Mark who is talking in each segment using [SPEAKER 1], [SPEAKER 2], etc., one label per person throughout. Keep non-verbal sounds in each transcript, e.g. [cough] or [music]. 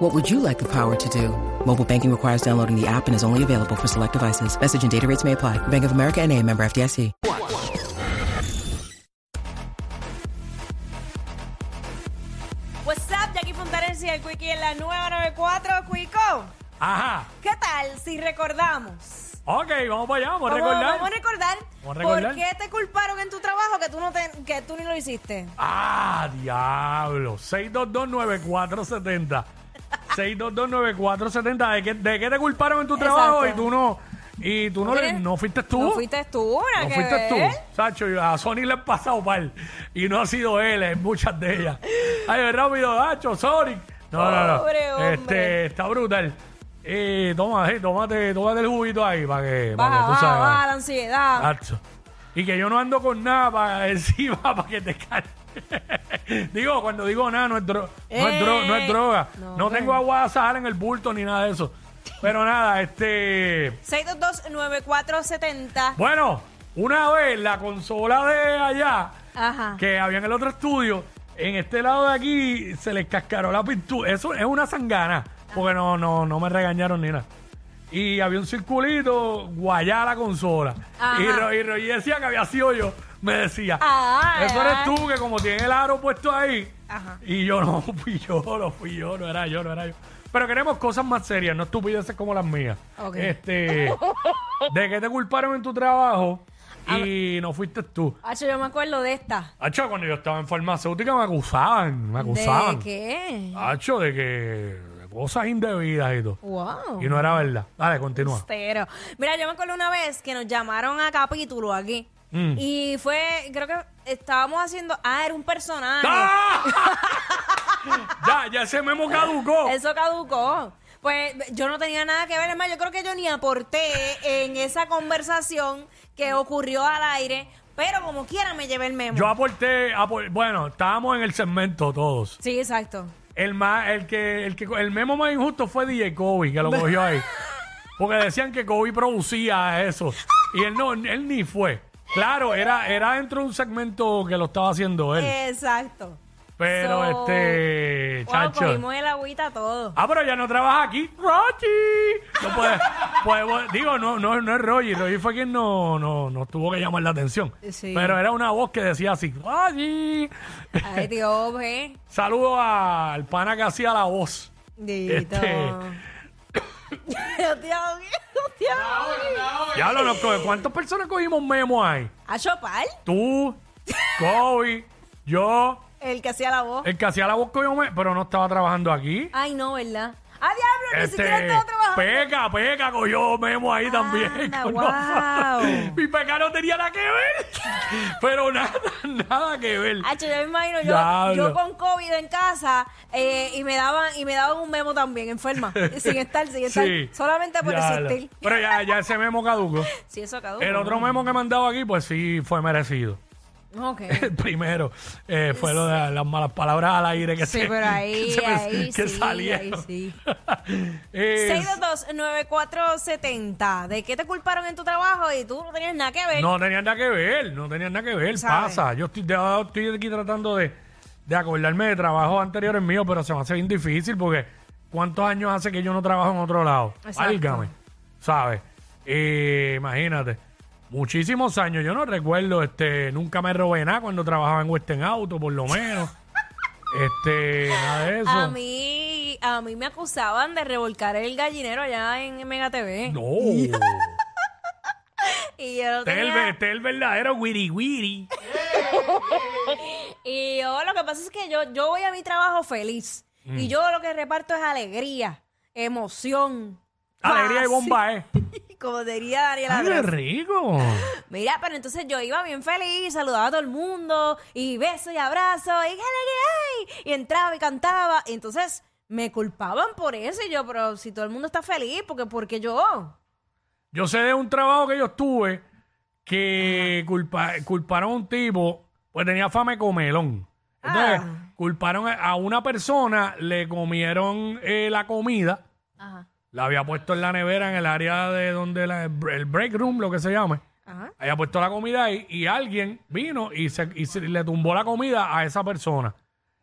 [SPEAKER 1] What would you like the power to do? Mobile banking requires downloading the app and is only available for select devices. Message and data rates may apply. Bank of America and a member FDIC.
[SPEAKER 2] What's up, Jackie Fontanes y el Quickie en la nueva 94, Quico.
[SPEAKER 3] Ajá.
[SPEAKER 2] ¿Qué tal si recordamos?
[SPEAKER 3] Ok, vamos para allá, vamos
[SPEAKER 2] Vamos-
[SPEAKER 3] a recordar.
[SPEAKER 2] Vamos a recordar,
[SPEAKER 3] Vamos a recordar.
[SPEAKER 2] por qué te culparon en tu trabajo que tú no, te- que tú ni lo hiciste.
[SPEAKER 3] Ah, diablo.
[SPEAKER 2] [laughs]
[SPEAKER 3] 6229470. 6229470. ¿De qué, ¿De qué te culparon en tu
[SPEAKER 2] Exacto.
[SPEAKER 3] trabajo y tú no? Y tú no, le-
[SPEAKER 2] ¿Tienes?
[SPEAKER 3] no fuiste tú.
[SPEAKER 2] No fuiste tú, nada
[SPEAKER 3] No
[SPEAKER 2] que
[SPEAKER 3] fuiste
[SPEAKER 2] ver.
[SPEAKER 3] tú, Sacho. y A Sony le han pasado mal. Y no ha sido él, en muchas de ellas. Ay, rápido, Sacho, Sonic. No, no, no.
[SPEAKER 2] Pobre hombre.
[SPEAKER 3] Este, está brutal. Eh, toma, eh, tómate, tómate el juguito ahí para que, para
[SPEAKER 2] Baja,
[SPEAKER 3] que tú
[SPEAKER 2] baja,
[SPEAKER 3] sabes. Ah.
[SPEAKER 2] baja la ansiedad.
[SPEAKER 3] Exacto. Y que yo no ando con nada para [laughs] encima para que te calme. [laughs] digo, cuando digo nada, no es, dro- no es, dro- no es
[SPEAKER 2] Eh.
[SPEAKER 3] droga.
[SPEAKER 2] No,
[SPEAKER 3] No,
[SPEAKER 2] bueno.
[SPEAKER 3] tengo agua de azahar en el bulto ni nada de eso. Pero nada, este.
[SPEAKER 2] 6229470.
[SPEAKER 3] Bueno, una vez la consola de allá
[SPEAKER 2] Ajá.
[SPEAKER 3] que había en el otro estudio, en este lado de aquí se les cascaró la pintura. Eso es una sangana, porque no, no, no me regañaron ni nada. Y había un circulito, guayá la consola.
[SPEAKER 2] Ajá. Ah,
[SPEAKER 3] Y, Ro- y Roy decía que había sido yo. Me decía,
[SPEAKER 2] Ay,
[SPEAKER 3] eso eres
[SPEAKER 2] ay.
[SPEAKER 3] tú que como tiene el aro puesto ahí.
[SPEAKER 2] Ajá.
[SPEAKER 3] Y yo no [laughs] fui yo, no fui yo, no era yo, no era yo. Pero queremos cosas más serias, no estupideces como las mías.
[SPEAKER 2] Ok.
[SPEAKER 3] Este, de que te culparon en
[SPEAKER 2] [laughs]
[SPEAKER 3] tu trabajo y no fuiste tú.
[SPEAKER 2] Hacho, yo me acuerdo de esta.
[SPEAKER 3] Hacho, cuando yo estaba en farmacéutica me acusaban, me acusaban. Ah.
[SPEAKER 2] ¿De qué?
[SPEAKER 3] Hacho, de que de cosas indebidas y todo.
[SPEAKER 2] Wow.
[SPEAKER 3] Y no era verdad. Dale, continúa.
[SPEAKER 2] Pero, mira, yo me acuerdo una vez que nos llamaron a capítulo aquí.
[SPEAKER 3] Mm.
[SPEAKER 2] Y fue, creo que estábamos haciendo. Ah, era un personaje.
[SPEAKER 3] ¡Ah! [laughs] ya, ya ese memo caducó.
[SPEAKER 2] Eso caducó. Pues yo no tenía nada que ver, es más, yo creo que yo ni aporté en esa conversación que ocurrió al aire, pero como quiera me llevé el memo.
[SPEAKER 3] Yo aporté, apor- bueno, estábamos en el segmento todos.
[SPEAKER 2] Sí, exacto.
[SPEAKER 3] El más, el que, el que, el memo más injusto fue DJ
[SPEAKER 2] [laughs]
[SPEAKER 3] Kobe, que lo cogió ahí. Porque decían que Kobe producía eso. Y él no, él ni fue. Claro, era, era dentro de un segmento que lo estaba haciendo él.
[SPEAKER 2] Exacto.
[SPEAKER 3] Pero
[SPEAKER 2] So, pues,
[SPEAKER 3] este,
[SPEAKER 2] wow,
[SPEAKER 3] chacho.
[SPEAKER 2] cogimos el agüita todo.
[SPEAKER 3] Ah, pero ya no trabaja aquí. ¡Rochi! No puede, puede- puede- digo, no, no, no es Rogi. Rogi fue quien no, no, no tuvo que llamar la atención.
[SPEAKER 2] Sí.
[SPEAKER 3] Pero era una voz que decía así, ¡Rochi! [laughs] Ah.
[SPEAKER 2] Ay, Dios, ve.
[SPEAKER 3] Saludo al pana que hacía la voz.
[SPEAKER 2] Dito.
[SPEAKER 3] Este.
[SPEAKER 2] [coughs] Dios, Dios, Dios.
[SPEAKER 3] Ya lo loco, ¿cuántas personas cogimos memo ahí?
[SPEAKER 2] A Chopal,
[SPEAKER 3] Tú, Kobe, yo,
[SPEAKER 2] el que hacía la voz.
[SPEAKER 3] el que hacía la voz cogió memo, pero no estaba trabajando aquí.
[SPEAKER 2] Ay, no, ¿verdad? ¡Ah, diablo!
[SPEAKER 3] Este,
[SPEAKER 2] Ni siquiera estaba trabajando.
[SPEAKER 3] Peca, Peca cogió memo ahí también. [laughs]
[SPEAKER 2] Anda,
[SPEAKER 3] con
[SPEAKER 2] guau.
[SPEAKER 3] nosotros. Mi Peca no tenía nada que ver. [laughs] pero nada, nada que ver.
[SPEAKER 2] Hacho, yo me imagino, yo,
[SPEAKER 3] Diablo.
[SPEAKER 2] yo con COVID en casa eh, y me daban y me daban un memo también,
[SPEAKER 3] [laughs]
[SPEAKER 2] enferma, sin estar, sin estar, solamente por
[SPEAKER 3] ya lo-
[SPEAKER 2] existir.
[SPEAKER 3] Pero ya, ya ese memo caduco.
[SPEAKER 2] Sí, eso acabó.
[SPEAKER 3] El otro memo que mandaba aquí, pues sí, fue merecido. [laughs]
[SPEAKER 2] Ok.
[SPEAKER 3] El primero eh, fue lo de las malas palabras al aire [laughs] que
[SPEAKER 2] Sí,
[SPEAKER 3] se,
[SPEAKER 2] pero ahí-
[SPEAKER 3] que se-
[SPEAKER 2] ahí
[SPEAKER 3] que
[SPEAKER 2] sí,
[SPEAKER 3] salieron.
[SPEAKER 2] ahí sí.
[SPEAKER 3] [laughs] Eh,
[SPEAKER 2] 622-9470. ¿De qué te culparon en tu trabajo y tú no tenías nada que ver?
[SPEAKER 3] No tenían nada que ver, no tenían nada que ver,
[SPEAKER 2] ¿Sabes?
[SPEAKER 3] pasa. Yo estoy, de- estoy aquí tratando de, de acordarme de trabajos anteriores míos, pero se me hace bien difícil porque ¿cuántos años hace que yo no trabajo en otro lado?
[SPEAKER 2] Exacto.
[SPEAKER 3] Válgame, ¿sabes? Eh, imagínate, muchísimos años. Yo no recuerdo, este, nunca me robé nada cuando trabajaba en Western Auto, por lo menos.
[SPEAKER 2] [laughs]
[SPEAKER 3] este, nada de eso.
[SPEAKER 2] A mí, a mí me acusaban de revolcar el gallinero allá en Mega TV.
[SPEAKER 3] No.
[SPEAKER 2] Y yo no
[SPEAKER 3] Este es el,
[SPEAKER 2] tenía-
[SPEAKER 3] ve- este es el verdadero wiri wiri.
[SPEAKER 2] Y yo lo que pasa es que yo, yo voy a mi trabajo feliz.
[SPEAKER 3] Mm.
[SPEAKER 2] Y yo lo que reparto es alegría, emoción.
[SPEAKER 3] Alegría y
[SPEAKER 2] paz.
[SPEAKER 3] bomba, eh.
[SPEAKER 2] [laughs] Como diría Daniela.
[SPEAKER 3] ¡Ay, qué
[SPEAKER 2] Andrés.
[SPEAKER 3] rico!
[SPEAKER 2] Mira, pero entonces yo iba bien feliz, saludaba a todo el mundo, y besos y abrazos, y qué alegría hay. Y entraba y cantaba. Y entonces me culpaban por eso. Y yo, pero si todo el mundo está feliz, porque porque yo.
[SPEAKER 3] Yo sé de un trabajo que yo estuve que culpa- culparon a un tipo, pues tenía fama de comelón. Entonces,
[SPEAKER 2] Ah.
[SPEAKER 3] culparon a- a una persona, le comieron eh, la comida,
[SPEAKER 2] Ajá.
[SPEAKER 3] la había puesto en la nevera, en el área de donde la- el break room, lo que se llame.
[SPEAKER 2] Ajá.
[SPEAKER 3] Había puesto la comida ahí y alguien vino y, se, y se- le tumbó la comida a esa persona.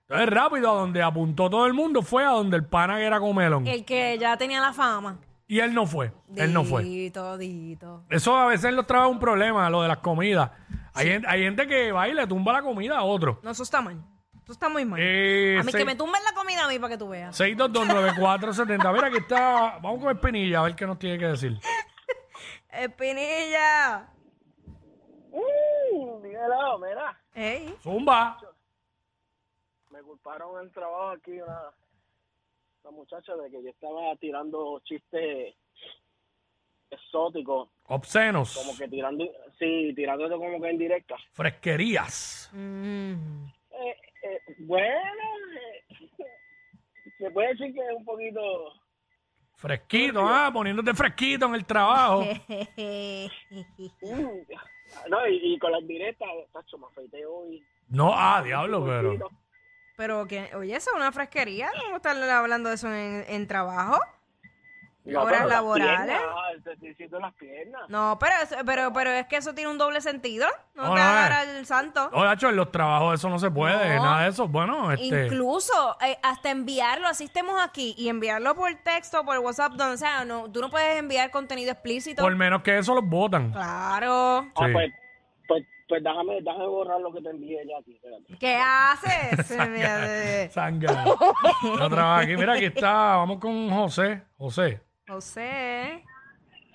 [SPEAKER 3] Entonces, rápido, a donde apuntó todo el mundo fue a donde el pana que era comelón.
[SPEAKER 2] El que ya tenía la fama.
[SPEAKER 3] Y él no fue. Él no fue.
[SPEAKER 2] Dito, dito.
[SPEAKER 3] Eso a veces los trae un problema, lo de las comidas. Hay, gen- hay gente que va y le tumba la comida a otro.
[SPEAKER 2] No, eso está mal. Eso está muy mal.
[SPEAKER 3] Eh,
[SPEAKER 2] a mí
[SPEAKER 3] se-
[SPEAKER 2] que me tumben la comida a mí para que tú veas.
[SPEAKER 3] 6229470. Mira, aquí está. Vamos con Espinilla a ver qué nos tiene que decir.
[SPEAKER 2] Espinilla.
[SPEAKER 4] Uh, dímelo, mira,
[SPEAKER 2] Ey.
[SPEAKER 3] Zumba.
[SPEAKER 4] me culparon en el trabajo aquí una, una muchacha de que yo estaba tirando chistes exóticos, como
[SPEAKER 3] Obscenos.
[SPEAKER 4] que tirando, sí, tirando como que en directa.
[SPEAKER 3] Fresquerías.
[SPEAKER 2] Mm. [laughs]
[SPEAKER 4] Eh, eh, bueno, eh, se puede decir que es un poquito,
[SPEAKER 3] Fresquito, ah, poniéndote fresquito en el trabajo.
[SPEAKER 4] mm, no, y, y con las directas, tacho, me afeité hoy.
[SPEAKER 3] No, ah, diablo, pero.
[SPEAKER 2] Pero que, oye, eso es una fresquería. ¿Cómo están hablando de eso en, en trabajo?
[SPEAKER 4] No,
[SPEAKER 2] Horas
[SPEAKER 4] pero las
[SPEAKER 2] laborales.
[SPEAKER 4] piernas, ah, te estoy diciendo las piernas.
[SPEAKER 2] No, pero, eso- pero, pero es que eso tiene un doble sentido. No
[SPEAKER 3] No,
[SPEAKER 2] te
[SPEAKER 3] no, Oh, no. Oh,
[SPEAKER 2] agarra el santo.
[SPEAKER 3] No, Nacho, en los trabajos eso no se puede.
[SPEAKER 2] No.
[SPEAKER 3] Nada de eso. Bueno, este.
[SPEAKER 2] Incluso eh, hasta enviarlo, así estemos aquí, y enviarlo por texto, por WhatsApp, donde sea, no, tú no puedes enviar contenido explícito.
[SPEAKER 3] Por menos que eso los botan.
[SPEAKER 2] Claro.
[SPEAKER 4] Ah,
[SPEAKER 3] Sí.
[SPEAKER 4] pues, pues, pues déjame, déjame borrar lo que te envié ya aquí, espérate.
[SPEAKER 2] ¿Qué
[SPEAKER 3] [laughs]
[SPEAKER 2] haces? Mira, de- [laughs]
[SPEAKER 3] Sanga. No trabaja aquí. Mira, aquí está. Vamos con José. José.
[SPEAKER 2] José.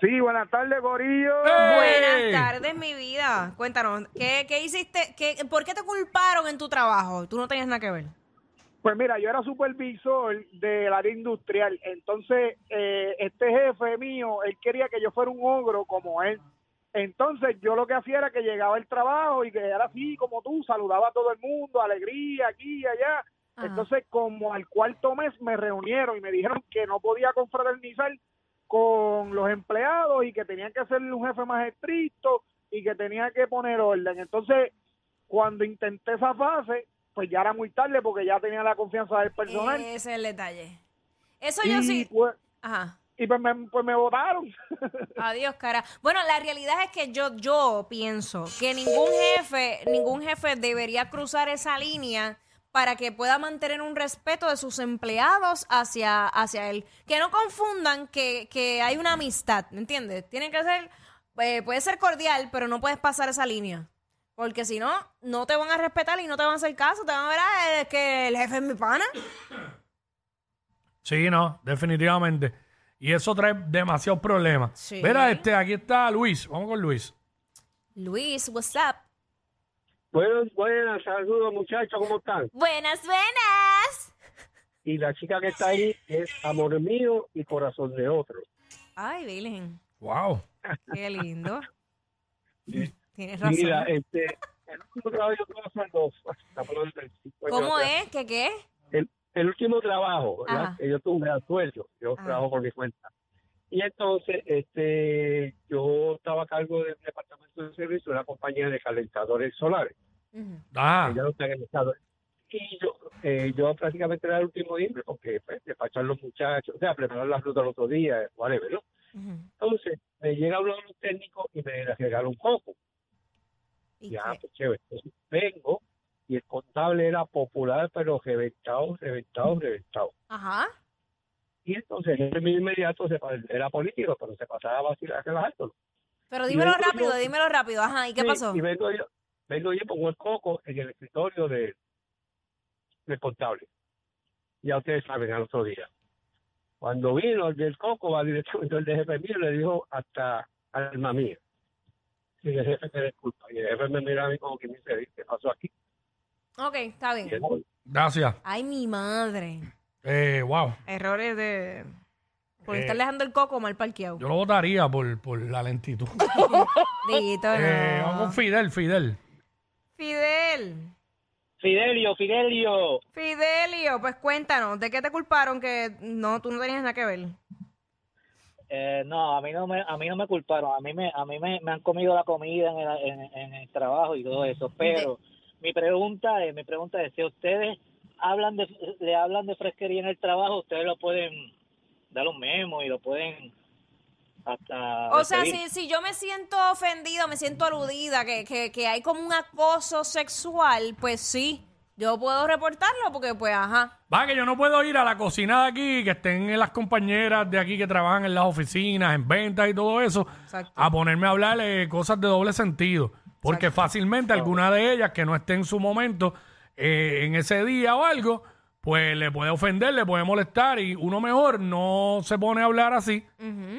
[SPEAKER 5] Sí, buenas tardes, Gorillo.
[SPEAKER 3] ¡Ey!
[SPEAKER 2] Buenas tardes, mi vida. Cuéntanos, ¿qué, qué hiciste? ¿Qué, ¿Por qué te culparon en tu trabajo? Tú no tenías nada que ver.
[SPEAKER 5] Pues mira, yo era supervisor del área industrial. Entonces, eh, este jefe mío, él quería que yo fuera un ogro como él. Entonces, yo lo que hacía era que llegaba al trabajo y que era así como tú, saludaba a todo el mundo, alegría aquí y allá.
[SPEAKER 2] Ajá.
[SPEAKER 5] Entonces, como al cuarto mes me reunieron y me dijeron que no podía confraternizar con los empleados y que tenían que ser un jefe más estricto y que tenía que poner orden. Entonces, cuando intenté esa fase, pues ya era muy tarde porque ya tenía la confianza del personal.
[SPEAKER 2] Ese es el detalle. Eso Eh, yo
[SPEAKER 5] y,
[SPEAKER 2] sí.
[SPEAKER 5] pues,
[SPEAKER 2] Ajá.
[SPEAKER 5] y pues me, pues me votaron.
[SPEAKER 2] Adiós, cara. Bueno, la realidad es que yo, yo pienso que ningún jefe, ningún jefe debería cruzar esa línea para que pueda mantener un respeto de sus empleados hacia, hacia él. Que no confundan que, que hay una amistad, ¿me entiendes? Tiene que ser, eh, puede ser cordial, pero no puedes pasar esa línea. Porque si no, no te van a respetar y no te van a hacer caso. Te van a ver, "Ah, es que el jefe es mi pana.
[SPEAKER 3] Sí, no, definitivamente. Y eso trae demasiados problemas.
[SPEAKER 2] Sí.
[SPEAKER 3] Mira, este, aquí está Luis. Vamos con Luis.
[SPEAKER 2] Luis, what's up?
[SPEAKER 6] Buenas, buenas, saludos muchachos, ¿cómo están?
[SPEAKER 2] Buenas, buenas.
[SPEAKER 6] Y la chica que está ahí es amor mío y corazón de otro.
[SPEAKER 2] Ay, Virgen.
[SPEAKER 3] Wow.
[SPEAKER 2] Qué
[SPEAKER 6] [laughs]
[SPEAKER 2] lindo. Tienes razón.
[SPEAKER 6] Mira, este, [laughs] el último trabajo yo tuve fue en los- la palabra del-
[SPEAKER 2] ¿Cómo
[SPEAKER 6] bueno,
[SPEAKER 2] es? ¿Qué qué?
[SPEAKER 6] El, el último trabajo ¿verdad?
[SPEAKER 2] Ajá.
[SPEAKER 6] que yo tuve a sueldo, yo
[SPEAKER 2] Ajá.
[SPEAKER 6] trabajo por mi cuenta. Y entonces, este, yo estaba a cargo del departamento de servicio de una compañía de calentadores solares.
[SPEAKER 3] Ah,
[SPEAKER 6] que ya no están en el estado. Y yo, eh, yo prácticamente era el último día porque pues, despachar los muchachos, o sea, preparar la ruta el otro día, whatever, ¿no? Entonces, me llega uno de los técnicos y me regala un coco.
[SPEAKER 2] ¿Y
[SPEAKER 6] Ya,
[SPEAKER 2] qué?
[SPEAKER 6] pues chévere. Entonces, vengo y el contable era popular, pero reventado, reventado, reventado.
[SPEAKER 2] Ajá.
[SPEAKER 6] Y entonces, en el mismo inmediato se pa- era político, pero se pasaba a vacilar relajándolo.
[SPEAKER 2] Pero
[SPEAKER 6] Y
[SPEAKER 2] dímelo
[SPEAKER 6] vengo yo-
[SPEAKER 2] rápido, dímelo rápido. Ajá, ¿y qué
[SPEAKER 6] Sí,
[SPEAKER 2] pasó?
[SPEAKER 6] Y vengo yo, vengo yo y pongo el coco en el escritorio de, del contable. Ya ustedes saben, al otro día. Cuando vino el del coco, va directamente el jefe mío y le dijo hasta alma mía. Y el jefe me disculpa. Y el jefe me mira a mí como que me dice, ¿qué pasó aquí?
[SPEAKER 2] Ok, está
[SPEAKER 6] Y
[SPEAKER 2] bien.
[SPEAKER 6] yo,
[SPEAKER 3] gracias.
[SPEAKER 2] Ay, mi madre.
[SPEAKER 3] Eh, wow.
[SPEAKER 2] Errores de... Por
[SPEAKER 3] Eh.
[SPEAKER 2] estar dejando el coco mal parqueado.
[SPEAKER 3] Yo lo votaría por, por la lentitud.
[SPEAKER 2] Dito, no.
[SPEAKER 3] Eh, vamos con Fidel, Fidel.
[SPEAKER 2] Fidel.
[SPEAKER 4] Fidelio, Fidelio.
[SPEAKER 2] Fidelio, pues cuéntanos, ¿de qué te culparon que no, tú no tenías nada que ver?
[SPEAKER 7] Eh, no, a mí no me, a mí no me culparon, a mí me, a mí me, me han comido la comida en el, en- en el trabajo y todo eso. Pero mi pregunta es, mi pregunta es, si ustedes hablan de, le hablan de fresquería en el trabajo, ustedes lo pueden dar un memo y lo pueden hasta.
[SPEAKER 2] O sea,
[SPEAKER 7] despedir.
[SPEAKER 2] si, si yo me siento ofendida, me siento aludida, que, que, que hay como un acoso sexual, pues sí, yo puedo reportarlo porque pues ajá.
[SPEAKER 3] Va que yo no puedo ir a la cocina de aquí, que estén las compañeras de aquí que trabajan en las oficinas, en ventas y todo eso,
[SPEAKER 2] Exacto.
[SPEAKER 3] a ponerme a hablar eh, cosas de doble sentido. Porque fácilmente alguna de ellas que no esté en su momento, eh, en ese día o algo, pues le puede ofender, le puede molestar y uno mejor no se pone a hablar así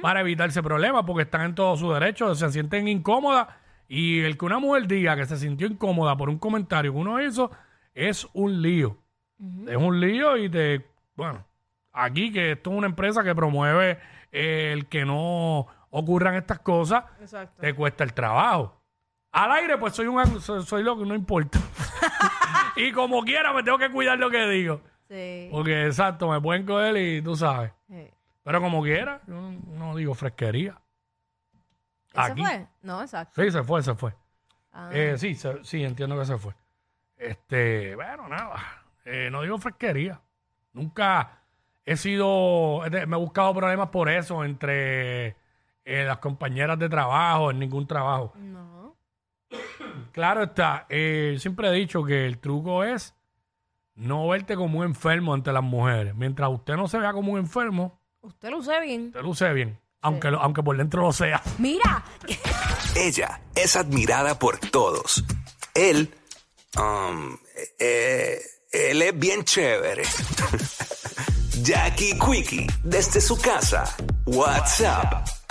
[SPEAKER 3] para evitarse problemas porque están en todo su derecho, se sienten incómodas y el que una mujer diga que se sintió incómoda por un comentario que uno hizo es un lío. Es un lío y te. Bueno, aquí que esto es una empresa que promueve eh, el que no ocurran estas cosas,
[SPEAKER 2] Exacto.
[SPEAKER 3] te cuesta el trabajo. Al aire, pues soy, un, soy, soy lo que no
[SPEAKER 2] [laughs]
[SPEAKER 3] importa. y como quiera, me tengo que cuidar lo que digo.
[SPEAKER 2] Sí. Eh,
[SPEAKER 3] Porque exacto, me pueden coger y tú sabes.
[SPEAKER 2] sí.
[SPEAKER 3] Pero como quiera, yo no, no digo fresquería.
[SPEAKER 2] ¿Ese
[SPEAKER 3] Aquí.
[SPEAKER 2] fue? No, exacto.
[SPEAKER 3] Sí, se fue, se fue.
[SPEAKER 2] Ah.
[SPEAKER 3] Eh, sí, se- sí, entiendo que se fue. Este, bueno, nada. Eh, no digo fresquería. Nunca he sido. este, Me he buscado problemas por eso entre eh, las compañeras de trabajo, en ningún trabajo.
[SPEAKER 2] No.
[SPEAKER 3] Claro está, eh, siempre he dicho que el truco es no verte como un enfermo ante las mujeres. Mientras usted no se vea como un enfermo,
[SPEAKER 2] Usted lo usa bien.
[SPEAKER 3] usted luce bien. Aunque, lo- aunque por dentro lo sea.
[SPEAKER 2] Mira,
[SPEAKER 8] Ella es admirada por todos. Él, um, eh, él es bien chévere. [laughs] Jackie Quickie, desde su casa. What's up?